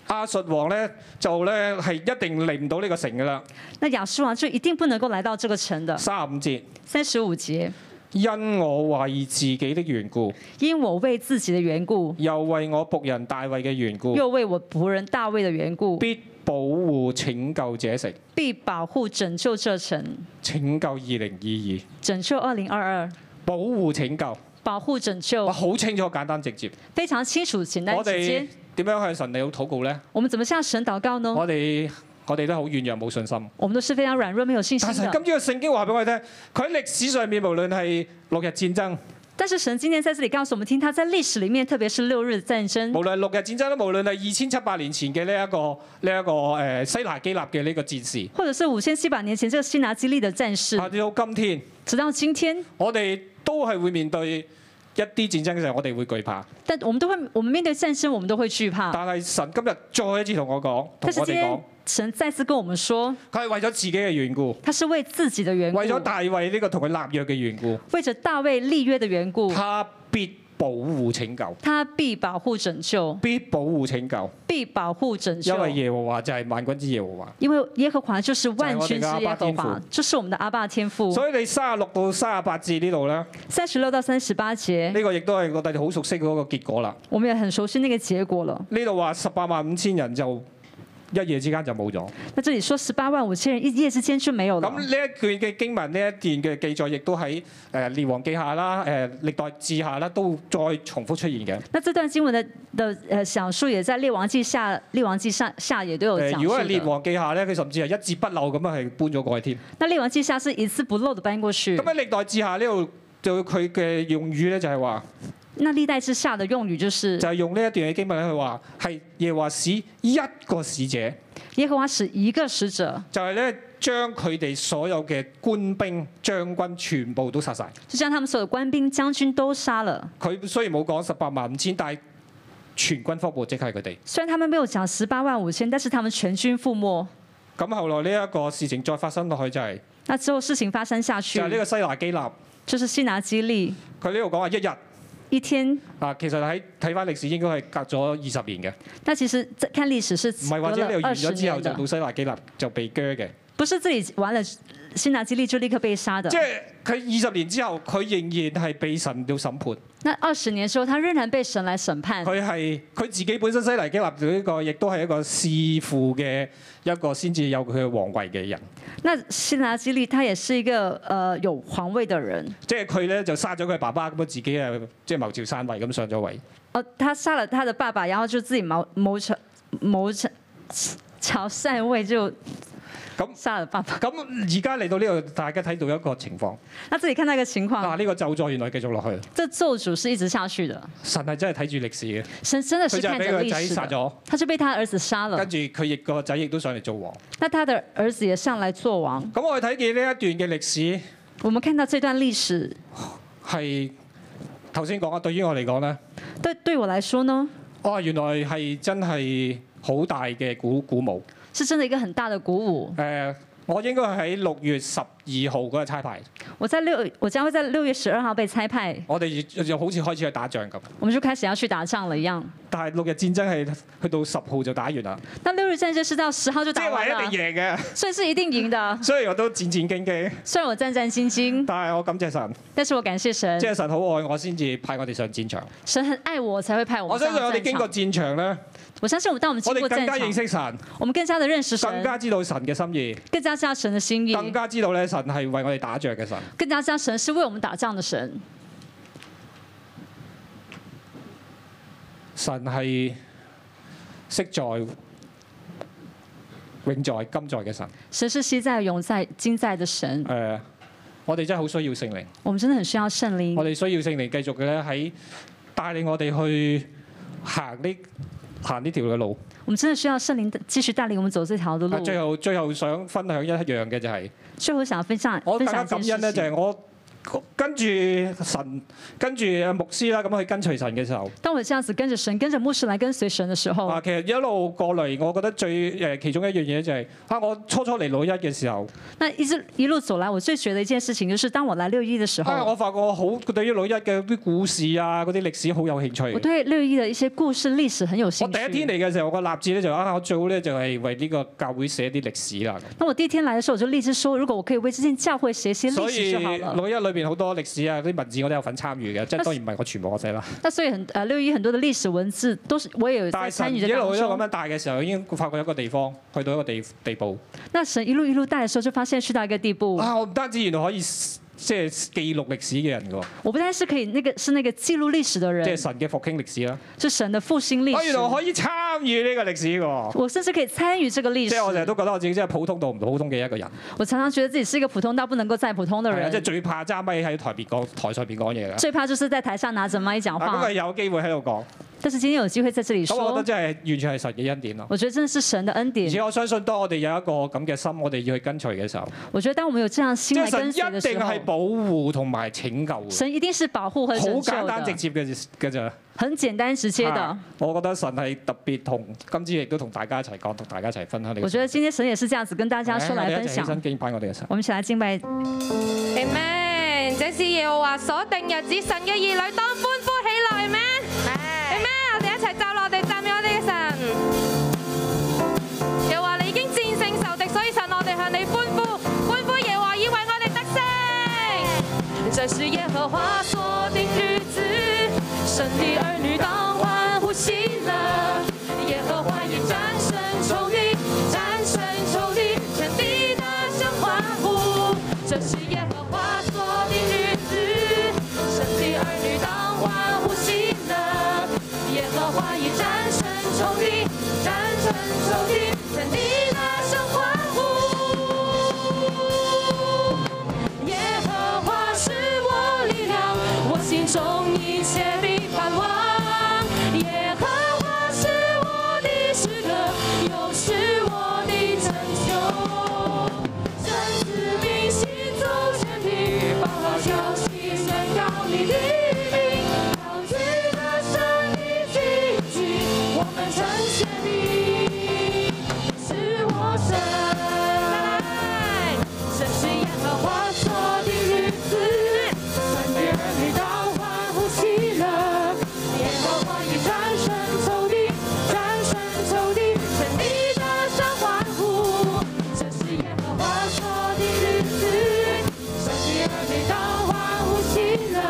亞述王咧就咧係一定嚟唔到呢個城噶啦。
那亚述王就一定不能够来到这个城的。
三十五節，
三十五节，
因我為自己的緣故，
因我为自己的缘故，
又為我仆人大衛嘅緣故，
又为我仆人大卫的缘故，
必保護拯救這城，
必保护拯救这城，
拯救二零二二，
拯救二零二二，
保護拯救。
保护拯救
哇，，好清楚、簡單、直接。
非常清楚、简单
我
直接
哋。點樣向神嚟到禱告咧？
我们怎么向神祷告呢？
我哋我哋都好軟弱，冇信心。
我们都是非常软弱、没有信心
但神
的。
今朝嘅聖經話俾我哋聽，佢喺歷史上面，無論係六日戰爭，
但是神今天在这里告诉我们听，他在历史里面，特别是六日战争，
無論係六日戰爭啦，無論係二千七百年前嘅呢一個呢一個誒西拿基立嘅呢個戰士，
或者是五千七百年前这个西拿基利的战士，
啊，到今天，
直到今天，
我哋都係會面對一啲戰爭嘅時候，我哋會懼怕。
但我们都会，我们面对战争，我们都会惧怕。
但係神今日再一次同我講，同
但是
我
今
哋講
天，神再次跟我们说，
佢係為咗自己嘅緣故，
他是为自己的缘故，
為咗大衛呢個同佢立約嘅緣故，
为着大卫立约的缘故，
他必保護拯救，
他必保护拯救，
必保護拯救，
必保护拯救
因。為耶和華就係萬軍之耶和華。
因为耶和华就是万军之耶
就是我
和
们的阿爸
华
天，
就是我们的阿爸天父。
所以你三十六到三十八節呢度咧，呢、
三十六到三十八节，
個亦都係我哋好熟悉嗰個結果啦。
我们也很熟悉那个结果了。
呢度話十八萬五千人就一夜之間就冇咗。
那这里说十八万五千人一夜之间就没有
咁
了
呢。一段嘅經文，呢一段嘅記載，亦都喺誒、呃列王記下啦、誒、歷代志下啦，都再重複出現嘅。
那这段经文的的呃讲述也在列王记下，列王记上下也都有
呃
讲
如
述
果係列
的。
王記下咧，佢甚至係一字不漏咁樣係搬咗過去添。
那列王记下是一字不漏的搬过去
咁。喺歷代志下呢度，就佢嘅用語咧就係話，
那历代之下的用语就是
就係用呢一段嘅經文咧，佢話係耶和華使一個使者，
耶和华使一个使者，
就係咧將佢哋所有嘅官兵將軍全部都殺晒。
就将他们所有官兵将军都杀了。
佢雖然冇講十八萬五千，但係全軍覆沒，即係佢哋。
虽然他们没有讲十八万五千，但是他们全军覆没。
咁後來呢一個事情再發生落去就係、
那之后事情发生下去
就係，呢個西拿基立，
就是西拿基利
佢呢度講話一日
一天。
啊，其實喺睇翻歷史應該係隔咗二十年嘅，
那其实这看历史是
唔
隔
係或者呢度
了二
完
十
咗之後
年
就
的
到，西拿基立就被鋸嘅，
不是自己完了西拿基利就立刻被杀的
即。係佢二十年之後，佢仍然係被神要審判，
那二十年之后，他仍然被神来审判。
佢係佢自己本身西拿基立呢個亦都係一個弑父嘅一個先至有佢嘅皇位嘅人，
那西拿基利他也是一个呃有皇位的人，
即係佢咧就殺咗佢爸爸，咁樣自己啊即係謀朝篡位咁上咗位，
哦，他杀了他的爸爸，然后就自己谋谋朝谋朝朝篡位，就
咁
杀了爸爸。
咁而家嚟到呢度，大家睇到一個情況，
那这里看到一个情
嗱、
况，
呢、個咒詛原來繼續落去，
这咒诅是一直下去的，
神係真係睇住歷史嘅。
神真的
佢
是
就
看
係俾
着
個
历
仔
史啊
殺
的。
咗，
他就被他儿子杀了
跟，住佢亦個仔亦都上嚟做王。
那他的儿子也上来做王。
咁我哋睇見呢一段嘅歷史
我们看到这段历史，
係頭先講啊，對於我嚟講咧，
对对我来说呢，
哇、原來係真係好大嘅鼓鼓舞。
是真的一个很大的鼓舞
誒、。我應該喺六月十二號嗰個差派，
我在六，我将会在六月十二号被差派，
我哋就好似開始去打仗咁。
我们就开始要去打仗了一樣。
但係六日戰爭係去到十號就打完啦，
那六日战争是到十号就
即
打
係話
完了
一，定贏嘅。
所以是一定 赢的。
雖然我都戰戰兢兢，
虽然我战战兢兢，
但係我感謝神，
但是我感謝神
即，係神好愛我先至派我哋上戰場。
神很愛我才会派我
我
们
相
上
信我哋
战
經過
场。
戰場咧，
我相信我们，当我们经
我哋
过
更
战
加
场
認，識神。
我们更加的认识神
更，加知道神嘅心意，
更加知道神的心意，
更加知道咧神係為我哋打仗嘅神。
更加知道神是为我们打仗的神。
神係昔在永在今在嘅神。誒、
神是昔在、永在、今在的神。
我哋真係好需要聖靈，
我们真的很需要圣灵
我，哋需要聖靈繼續嘅咧喺帶領我哋去行呢行呢條嘅路。
我们真的需要圣灵的继续带领我们走这条的
啊
路。
最後最後想分享一樣嘅就係、
最后想分享
我更
分
加
享
感
一
恩咧，啊
件事
就
情。
係我跟住神，跟住牧師啦，咁去跟隨神嘅時候，
当我这样子跟着神、跟着牧师来跟隨神的时候，
啊，其實一路過嚟，我覺得最誒、其中一樣嘢就係、啊，我初初嚟老一嘅時候，
那一直一路走来，我最觉得一件事情就是，當我来六一的时候，
啊，我發覺我好對於老一嘅啲故事啊，嗰啲歷史好有興
我
趣。
对六一的一些故事、歷史很有
我
興
第一天
趣。
嚟嘅時候，我個立志咧就啊，我最好咧就係為呢個教會寫啲歷史啦。咁
那我第一天来的时候，我就立志说，如果我可以為這件教會寫些歷
所
史
以
就好了。
老一裏邊好多歷史啊，啲文字我都有份參與嘅，即係當然唔係我全部我寫啦。
那所以很呃六一很多的歷史文字都是我也有
但
在
係
參
神
與
一
的
路
當
一路咁
中。
樣帶嘅時候，已經發覺一個地方，去到一個地地步。
那神一路一路帶的時候，就發現去到一個地步，
啊！我唔單止原來可以 s- 即係記錄歷史嘅人㗎喎，
我不但是可以那個是那個記錄歷史的
即係
人，
神嘅復興歷史啦。啊
是神的復興歷
哎我原來可
史。
以參與呢個歷史㗎喎。
我甚至可以參與這個歷
即
史
係。我成日都覺得我自己真係普通到唔普通嘅一個人，
我常常覺得自己是一個普通到不能夠再普通的
係啊即係
人，
最怕揸咪喺台邊講台上邊講嘢㗎。
最怕就是在台上拿着麥講
啊，咁
話
佢。有機會喺度講，
但是今天有機會在這裡
咁我覺得
說，
真係完全係神嘅恩典咯。
我覺得真的是神的恩
而
典。
且我相信，當我哋有一個咁嘅心，我哋要去跟隨嘅時候，
我覺得當我們有這樣的
即
心
係
來
神
跟隨
一
的時
定係
候，
保護同埋拯救嘅。
神一定是保護和
好
拯
簡
救
單直
的，
接嘅嘅咋。
很簡單直接的
啊。我覺得神係特別同今次亦都同大家一齊講，同大家一齊分享呢個信息。
我覺得今天神也是這樣子跟大家說來
我哋一
分
齊起
享。
身敬拜我哋嘅神。
我們一起來敬拜
Amen，這是耶和華所定日子，神嘅兒女當歡呼起來，Amen。Amen，我哋一齊站落地讚美我哋嘅神。又話你已經戰勝仇敵，所以神我哋向你歡呼，歡呼耶和華以為我哋得勝。這是耶和華所定日子，神的兒女當歡呼喜樂。耶和華已戰勝仇敵，戰勝仇敵，全地大聲歡呼。這是耶和華所定日子，神的兒女當歡呼喜樂。耶和華已戰勝仇敵，戰勝仇敵，全地大聲歡呼。耶和華是我力量，我心中一切的盼望。耶和華是我的詩歌，又是我的拯救。神子民行走前平，把好消息宣告你的名，高举着神的奇迹，我們称謝你是我神。这是耶和華所的日子，神的兒女當歡呼喜樂。耶和華已戰勝仇敵，戰勝仇敵，全地大聲歡呼。這是耶和華所的日子，神的兒女當歡呼喜樂。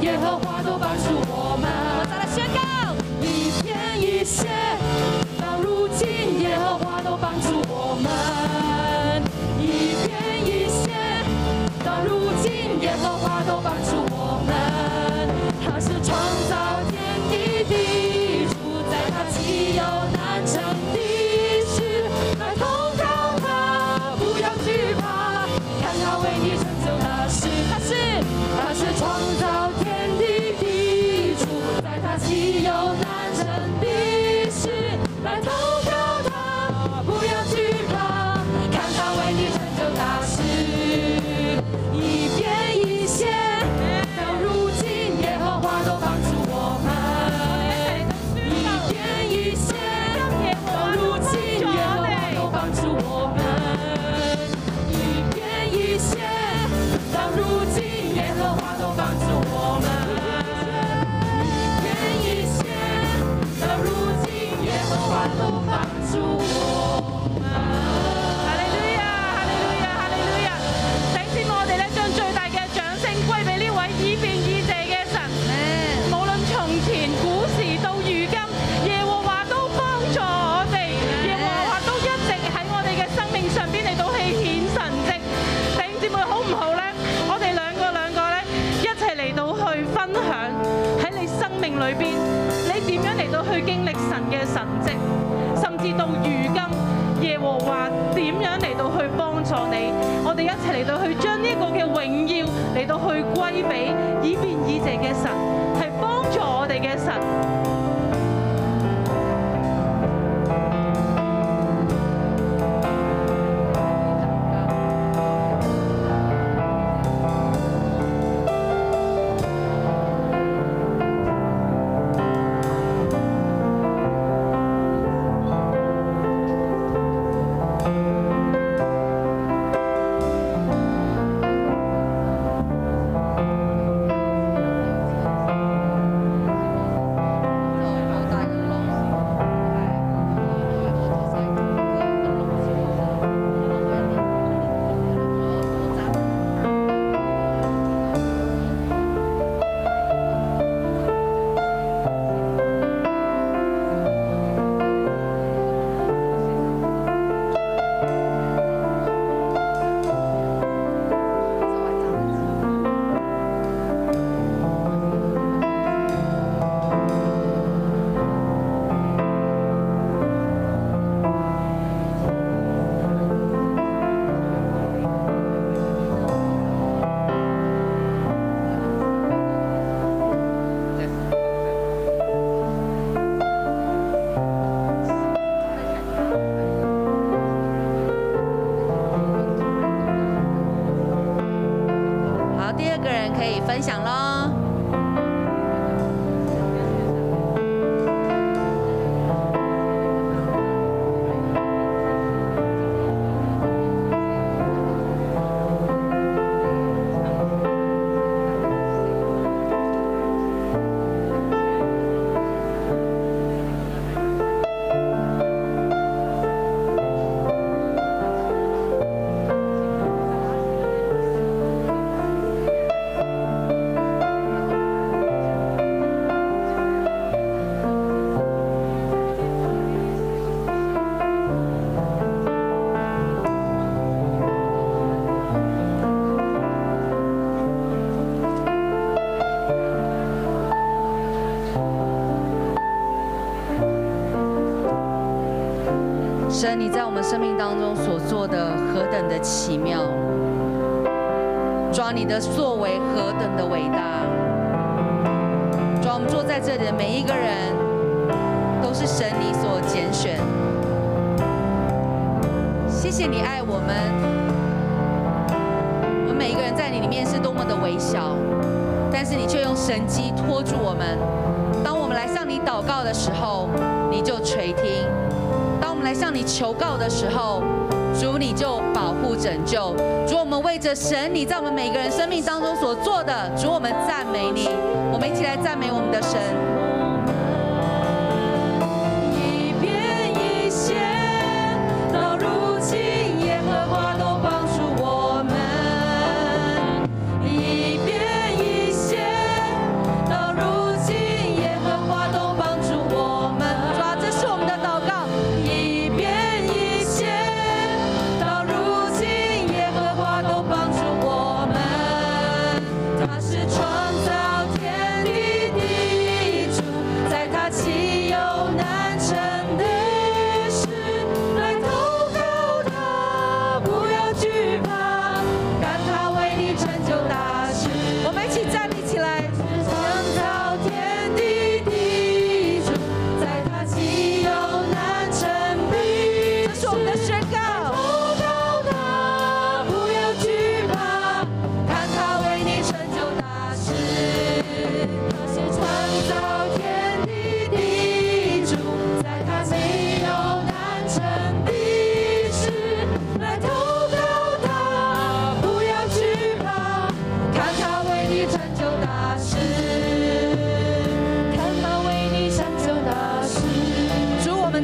耶和华都帮助我们。
我再来宣告，
一天一线，到如今耶和华都帮助我们。一天一线，到如今耶和华都帮助我们。他是创造天地的主，在他岂有难成的事？来投靠他，不要惧怕，看他为你成就大事。他是他是创造天地的主，在他岂有难成的事？来投靠他，不要惧怕，看他为你成就大事。一遍一线，到如今耶和华都帮助我们。一遍一线，到如今耶和华都帮助我们。一遍一线，到如今耶和华都帮助我们。一遍一线，到如今耶和华都帮助我们。
哈利路亞！哈利路亞！哈利路亞！請先我哋咧將最大嘅掌聲歸俾呢位以便以謝嘅神。無論從前古時到如今，耶和華都幫助我哋，耶和華都一直喺我哋嘅生命上邊嚟到去顯神跡。弟兄姊妹好唔好呢？我哋兩個兩個呢，一齊嚟到去分享喺你生命裏邊，你點樣嚟到去經歷神嘅神跡？甚至到如今，耶和華點樣嚟到去幫助你？我哋一齊嚟到去將呢個嘅榮耀嚟到去歸俾以便以謝嘅神，係幫助我哋嘅神。
好，第二个人可以分享喽。神，你在我们生命当中所做的何等的奇妙，主啊，你的作为何等的伟大，主啊，我们坐在这里的每一个人都是神你所拣选，谢谢你爱我们，我们每一个人在你里面是多么的微小，但是你却用神机托住我们，当我们来向你祷告的时候，你就垂听。当我们来向你求告的时候，主你就保护拯救。主，我们为着神你在我们每个人生命当中所做的，主我们赞美你。我们一起来赞美我们的神。
一遍一线，到如今耶和华都帮助我们。一遍一线，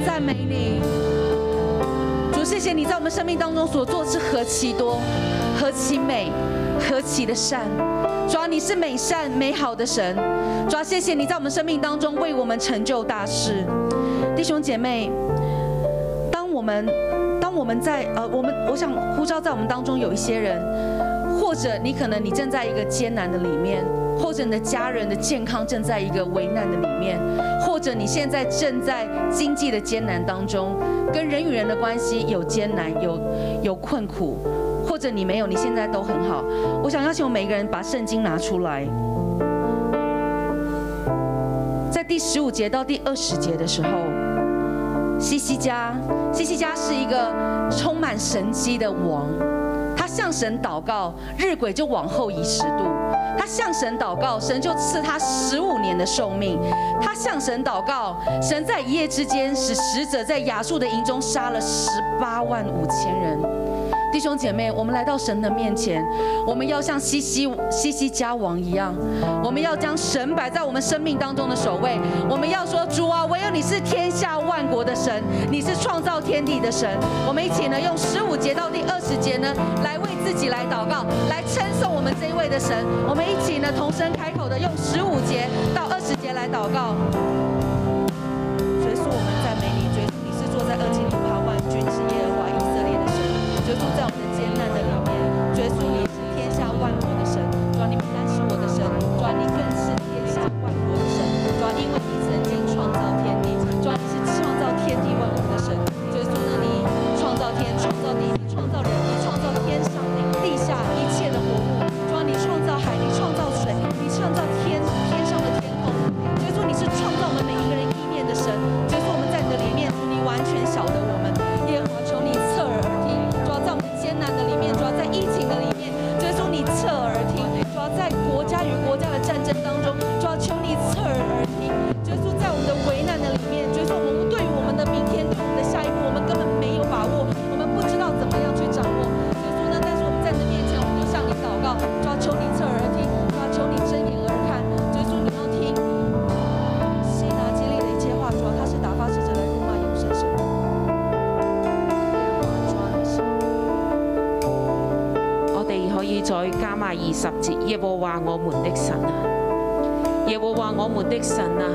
赞美你。主，谢谢你在我们生命当中所做之何其多，何其美，何其的善。主啊，你是美善美好的神。主啊，谢谢你在我们生命当中为我们成就大事。弟兄姐妹，当我们当我们在呃，我们我想呼召在我们当中有一些人，或者你可能你正在一个艰难的里面，或者你的家人的健康正在一个危难的里面，或者你现在正在经济的艰难当中，跟人与人的关系有艰难，有有困苦，或者你没有，你现在都很好。我想邀请我每一个人把圣经拿出来，在第十五节到第二十节的时候。西西家，西西家是一个充满神机的王，他向神祷告，日晷就往后移十度；他向神祷告，神就赐他十五年的寿命；他向神祷告，神在一夜之间使使者在亚述的营中杀了十八万五千人。弟兄姐妹，我们来到神的面前，我们要像西西西西家王一样，我们要将神摆在我们生命当中的首位。我们要说：主啊，唯有你是天下万国的神，你是创造天地的神。我们一起呢，用十五节到第二十节呢，来为自己来祷告，来称颂我们这一位的神。我们一起呢，同声开口的用十五节到二十节来祷告。追溯我们赞美你，追溯你是坐在二千零八万军之耶和华以色列的神，追溯在我们的艰难的里面，追溯你是天下万国的神，主啊，你不单是我的神，主啊，你更是天下万国的神，主啊，因为你曾经创造天地，主啊，你是创造天地万物的神，追溯着你创造天，创造地，你创造人，你创造天上地下一切的活物，主啊，你创造海，你创造水，你创造天天上的天空，追溯你是创造我们每一个人意念的神，追溯我们在你的里面，主你完全晓得我们。耶和华，求你侧耳而听，主要啊在我们艰难的里面，主要啊在疫情的里面，追溯你侧耳而听，主要在国家与国家的战争当中，主要求你侧耳而听，追溯在我们的危难的里面，追溯我们对于我们的明天，对我们的下一步，我们根本没有把握，我们不知道怎么样去掌握。追溯呢，但是我们在你的面前，我们就向你祷告，主
啊
要求你侧耳而听，主要求你睁眼而看，追溯你要听。西拿基利的一切话，主要他是打发使者来辱骂永生神。
我哋可以再加埋二十節。耶和華我們的神啊，耶和華我們的神啊，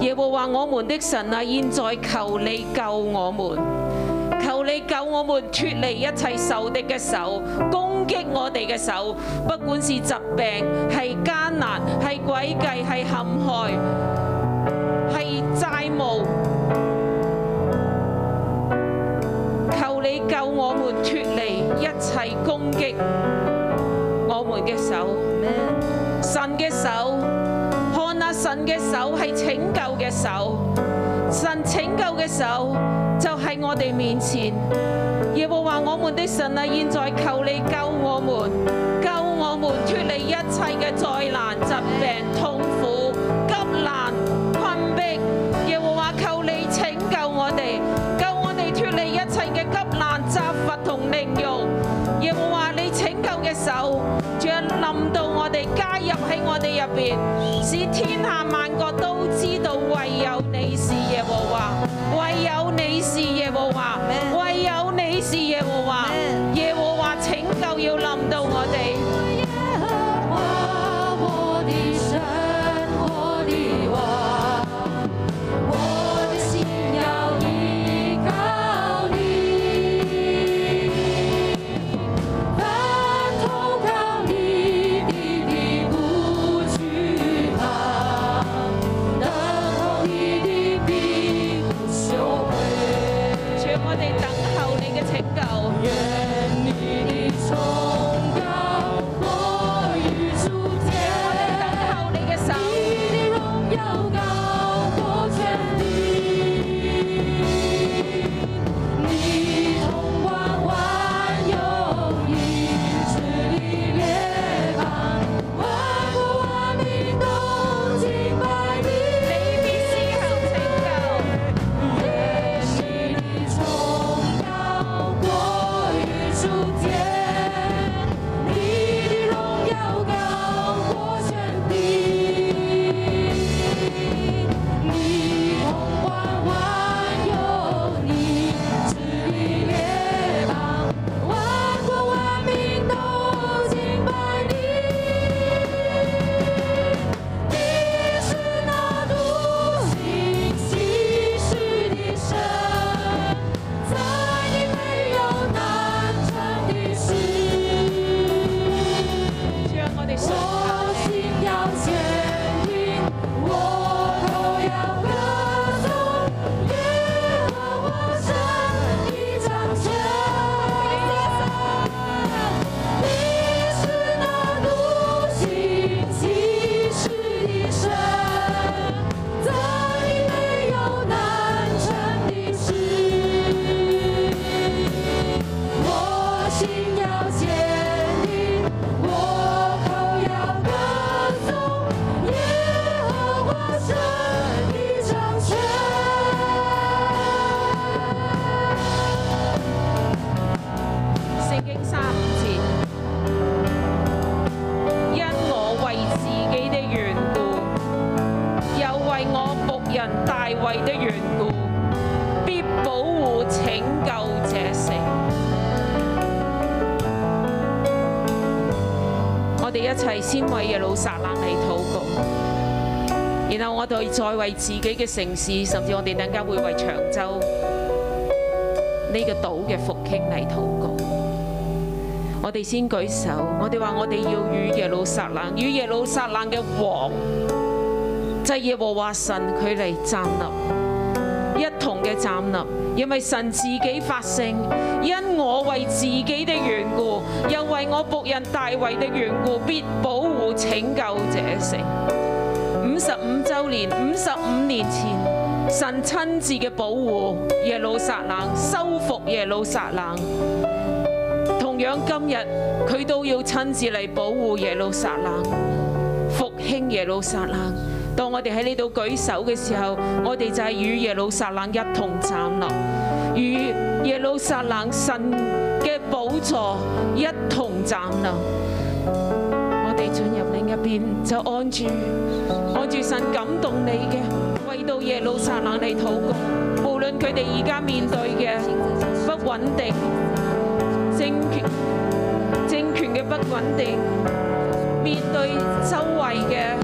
耶和華我們的神啊，現在求你救我們，求你救我們脱離一切仇敵嘅手，攻擊我哋嘅手，不管是疾病、係艱難、係詭計、係陷害、係債務。求你救我们脱离一切攻击我们嘅手。神嘅手，看啊，神嘅手系拯救嘅手，神拯救嘅手就喺我哋面前。耶和华我们的神啊，现在求你救我们，救我们脱离一切嘅灾难、疾病、痛苦、急难、困迫。耶和华求你拯救我哋，救我哋脱离一切嘅急难、责罚同凌辱。耶和华你拯救嘅手，仲有临到我哋，加入喺我哋入边，使天下萬國都知道唯有你是耶和華，唯有你是耶和華，唯有你是耶和華，耶和華拯救要臨到我哋。
哇，我的神，我的王，我的心要依靠你，凡投靠你的，必不惧怕。
一切先為耶路撒冷嚟禱告，然後我哋再為自己嘅城市，甚至我哋等間會為長洲呢個島嘅復興嚟禱告。我哋先舉手，我哋話我哋要與耶路撒冷，與耶路撒冷嘅王，就係耶和華神佢嚟站立。一同嘅站立，因為神自己發聲，因我為自己的緣故，又為我仆人大衛的緣故，必保護拯救這城。五十五周年，五十五年前，神親自嘅保護耶路撒冷，修復耶路撒冷。同樣今日，佢都要親自嚟保護耶路撒冷。復興耶路撒冷。當我哋喺呢度舉手嘅時候，我哋就係與耶路撒冷一同站立，與耶路撒冷神嘅寶座一同站立。我哋進入另一邊，就按住按住神感動你嘅，為到耶路撒冷嚟禱告。無論佢哋而家面對嘅不穩定，政權政權嘅不穩定。面對周圍嘅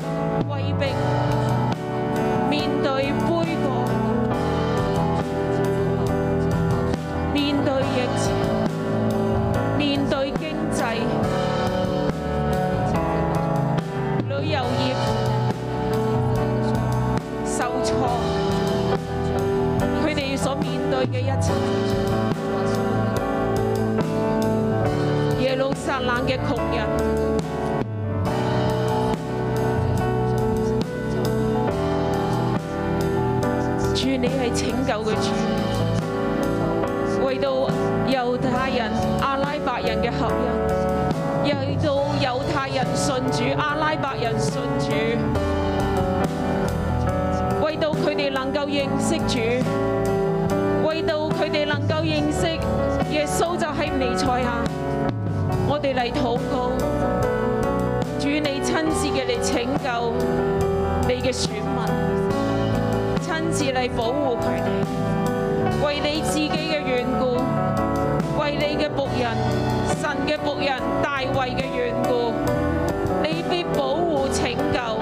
威逼，面對杯葛，面對疫情，面對經濟、旅遊業受挫，佢哋所面對嘅一切。耶路撒冷嘅窮人。主你係拯救嘅主，為到猶太人、阿拉伯人嘅合一，又到猶太人信主、阿拉伯人信主，為到佢哋能夠認識主，為到佢哋能夠認識耶穌就係彌賽亞，我哋嚟禱告，主你親自嘅嚟拯救你嘅選民。親自嚟保護佢哋，為你自己嘅緣故，為你嘅仆人、神嘅仆人大衛嘅緣故，你必保護拯救，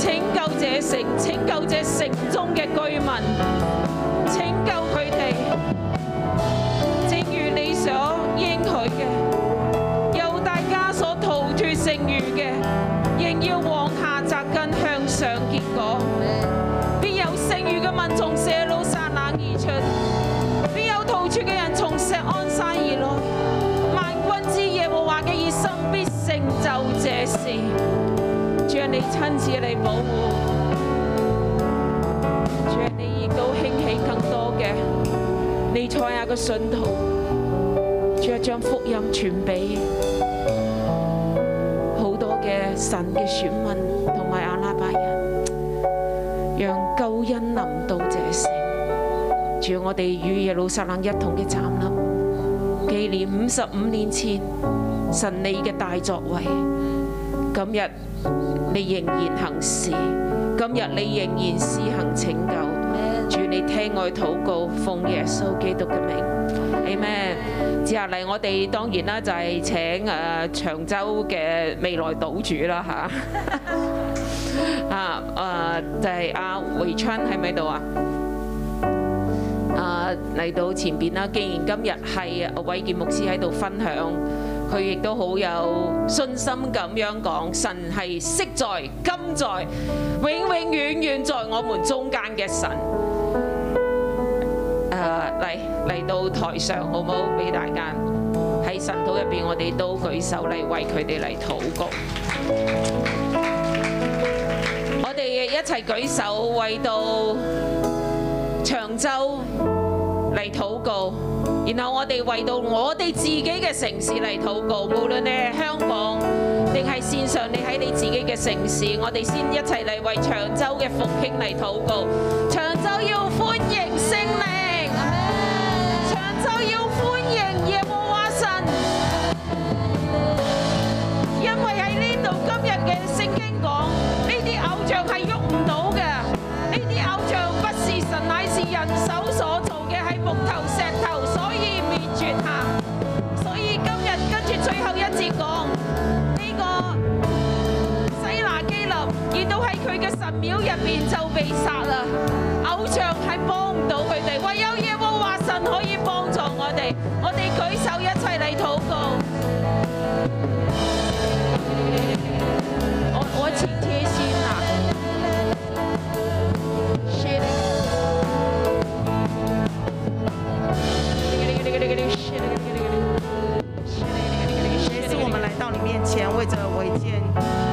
拯救這城，拯救這城中嘅居民，拯救佢哋，正如你所應許嘅，由大家所逃脱剩餘嘅，仍要往下扎根向上結果。必有剩餘嘅民從耶路撒冷而出，必有逃竄嘅人從錫安山而來。萬軍之耶和華嘅熱心必成就這事。主啊，你親自嚟保護，主啊，你亦都興起更多嘅尼賽亞嘅信徒，主啊，將福音傳俾好多嘅神嘅選民同埋阿拉伯人。讓救恩臨到這城。主，我哋與耶路撒冷一同嘅站立，紀念五十五年前神你嘅大作為。今日你仍然行事，今日你仍然施行拯 救。主，你聽我禱告，奉耶穌基督嘅名，Amen。接下嚟我哋當然啦，就係請誒長洲嘅未來島主啦嚇。啊誒、呃就係阿回春喺咪度啊？啊嚟到前邊啦，既然今日係偉健牧師喺度分享，佢亦都好有信心咁樣講，神係昔在、今在、永永遠遠在我們中間嘅神。誒嚟嚟到台上好唔好？俾大家喺神土入邊，我哋都舉手嚟為佢哋嚟禱告。我哋一齊舉手為到長洲嚟禱告，然後我哋為到我哋自己嘅城市嚟禱告，無論你係香港定係線上，你喺你自己嘅城市，我哋先一齊嚟為長洲嘅復興嚟禱告。長洲要歡迎聖靈，長洲要歡迎耶和華神。因為喺呢度今日嘅聖經講，呢啲偶像係喐唔到嘅，呢啲偶像不是神，乃是人手所做嘅，係木頭石頭，所以滅絕下。所以今日跟住最後一節講，呢個而到喺佢嘅神廟入邊就被殺啦。偶像係幫唔到佢哋，唯有耶和華神可以幫助我哋。我哋舉手一齊嚟禱告。我我请贴心啦。
这次我们来到你面前，为着伟健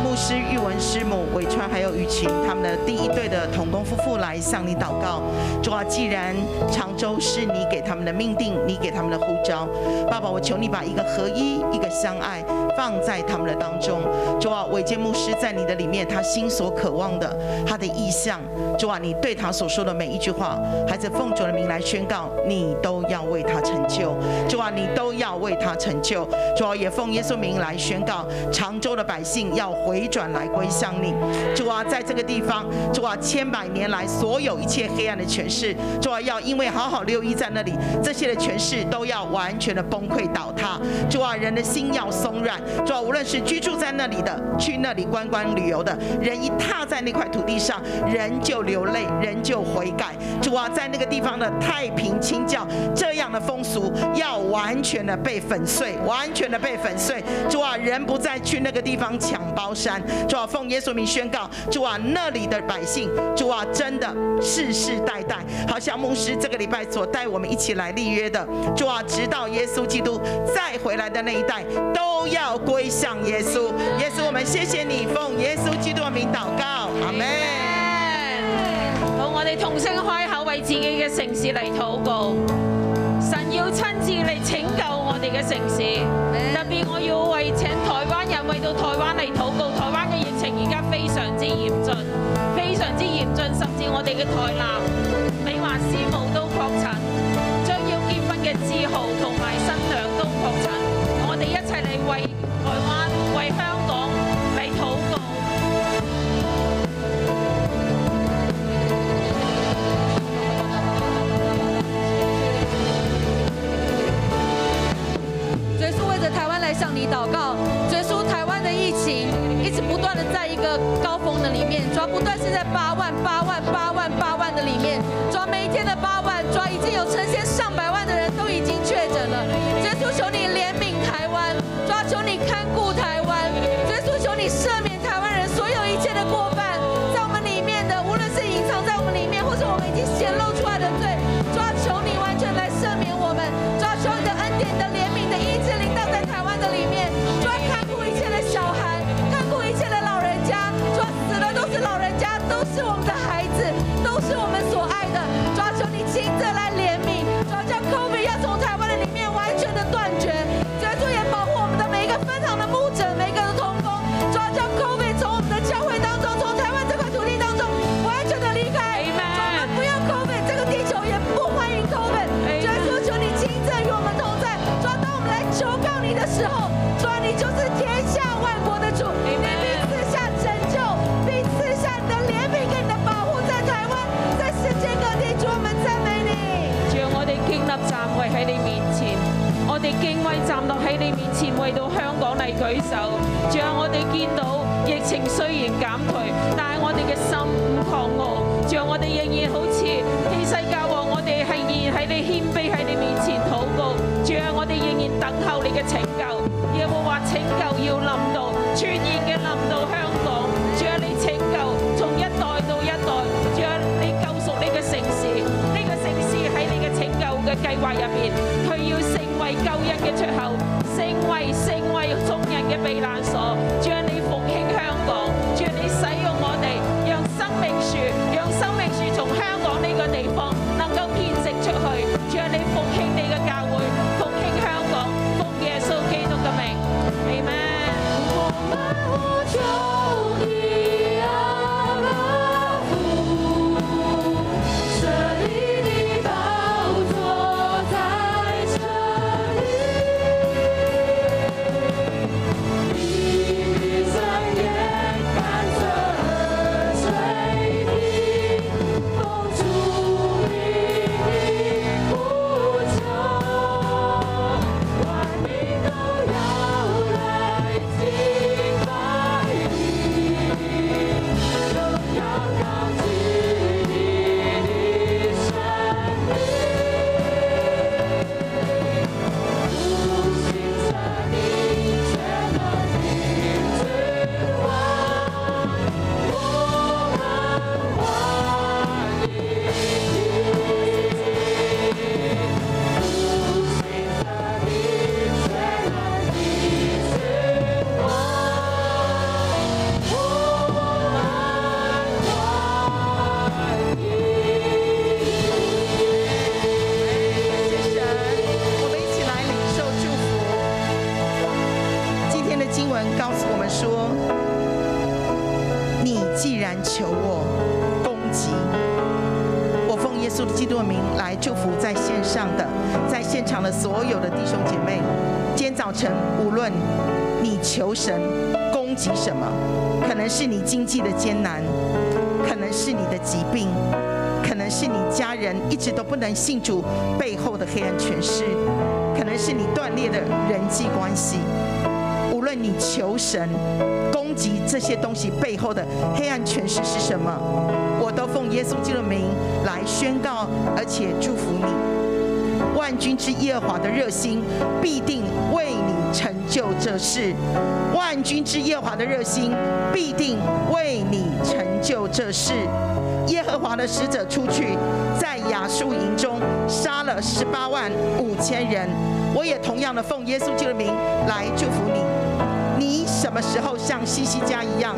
牧师、玉文师母、伟川还有雨晴他们的第一对的童工夫妇来向你祷告。主啊，既然常州是你给他们的命定，你给他们的呼召，爸爸，我求你把一个合一、一个相爱放在他们的当中。主啊，伟健牧师在你的里面，他心所渴望的，他的意向，主啊，你对他所说的每一句话，孩子奉主的名来宣告，你都要为他成就。主啊，你都要为他成就。主啊，也奉耶稣名来宣告，常州的百姓要回转来归向你。主啊，在这个地方，主啊，千百年来所有一切黑暗的权势，主啊，要因为好好六一在那里，这些的权势都要完全的崩溃倒塌。主啊，人的心要松软。主啊，无论是居住在那里的，去那里观光旅游的，人一踏在那块土地上，人就流泪，人就悔改。主啊，在那个地方的太平清教这样的风俗要完全的被粉碎，完全的被粉碎。主啊，人不再去那个地方抢包山。主啊，奉耶稣名宣告，主啊，那里的百姓，主啊，真的世世代代，好像牧师这个礼拜所带我们一起来立约的，主啊，直到耶稣基督再回来的那一代，都要归向耶稣。耶稣，我们谢谢你，奉耶稣基督的名祷告，阿门。
好，我哋同聲開口為自己嘅城市嚟禱告。神要親自嚟拯救我哋嘅城市，特別我要為請台灣人為到台灣嚟禱告。台灣嘅疫情而家非常之嚴峻，非常之嚴峻，甚至我哋嘅台南美華師母都確診，將要結婚嘅志豪同埋新娘都確診。我哋一齊嚟為台灣、為香港嚟禱告。
主耶稣为着台湾来向你祷告，主耶稣台湾的疫情一直不断的在一个高峰的里面，主要不断是在八万、八万、八万、八万的里面，主要每一天的八万，主要已经有成千上百万的人都已经确诊了。主耶稣求你怜悯台湾，主要求你看顾台湾，主耶稣求你赦免台湾人所有一切的过犯，在我们里面的，无论是隐藏在我们里面，或是我们已经显露出来的罪，主要求你完全来赦免我们，主要求你的恩典、你的怜悯、你的医治临到在台湾的里面，主要看顾一切的小孩，看顾一切的老人家，主要死的都是老人家，都是我们的孩子，都是我们所爱的，主要求你亲自来怜悯，主要叫 COVID 要从台湾的里面完全的断绝，主要也保护我们的每一个分堂的牧者，每一个的童工，主要叫 COVID 从我们的教会当中，从台湾这块土地当中完全的离开，主我们不要 COVID，这个地球也不欢迎 COVID，主要求你亲自与我们同在，主要当我们来求告你的时候，主要你就是天下万国的主，你必赐下拯救，必赐下你的怜悯跟你的保护在台湾，在世界各地，主我们赞美你。
主啊，我哋建立站位喺你面前，我哋敬畏站落喺你面前，為到香港嚟舉手。主啊，我哋見到疫情雖然減退，但係我哋嘅心唔狂傲。主啊，我哋仍然好似氣世界王，我哋係仍然喺你謙卑喺你面前禱告。主啊，我哋仍然等候你嘅拯救。耶和華拯救要臨到，全然嘅臨到香港。主啊，你拯救從一代到一代。主啊，你救贖呢個城市，呢、個城市喺你嘅拯救嘅計劃入邊，佢要成為救恩嘅出口，成為成為眾人嘅避難所。主啊，你復興香港，主啊，你使用我哋，讓生命樹，讓生命樹從香港嚟
你既然求我攻击，我奉耶稣基督的名来祝福在线上的、在现场的所有的弟兄姐妹。今天早晨，无论你求神攻击什么，可能是你经济的艰难，可能是你的疾病，可能是你家人一直都不能信主背后的黑暗权势，可能是你断裂的人际关系。无论你求神攻击这些东西背后的黑暗权势是什么，我都奉耶稣基督的名来宣告，而且祝福你。万军之耶和华的热心必定为你成就这事，万军之耶和华的热心必定为你成就这事。耶和华的使者出去，在亚述营中杀了十八万五千人。我也同样的奉耶稣基督的名来祝福你。你什么时候像西西家一样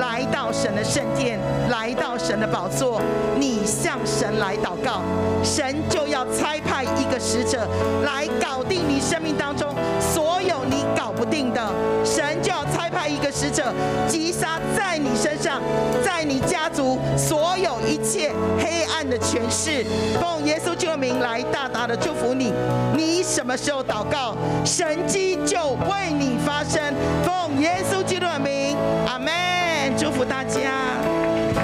来到神的圣殿，来到神的宝座，你向神来祷告，神就要差派一个使者来搞定你生命当中所有你搞不定的，神就要差派一个使者击杀在你身上，在你家族所有一切黑暗的权势，奉耶稣救名来大大的祝福你。你什么时候祷告，神迹就为你发生。奉耶稣基督的名，阿门！祝福大家。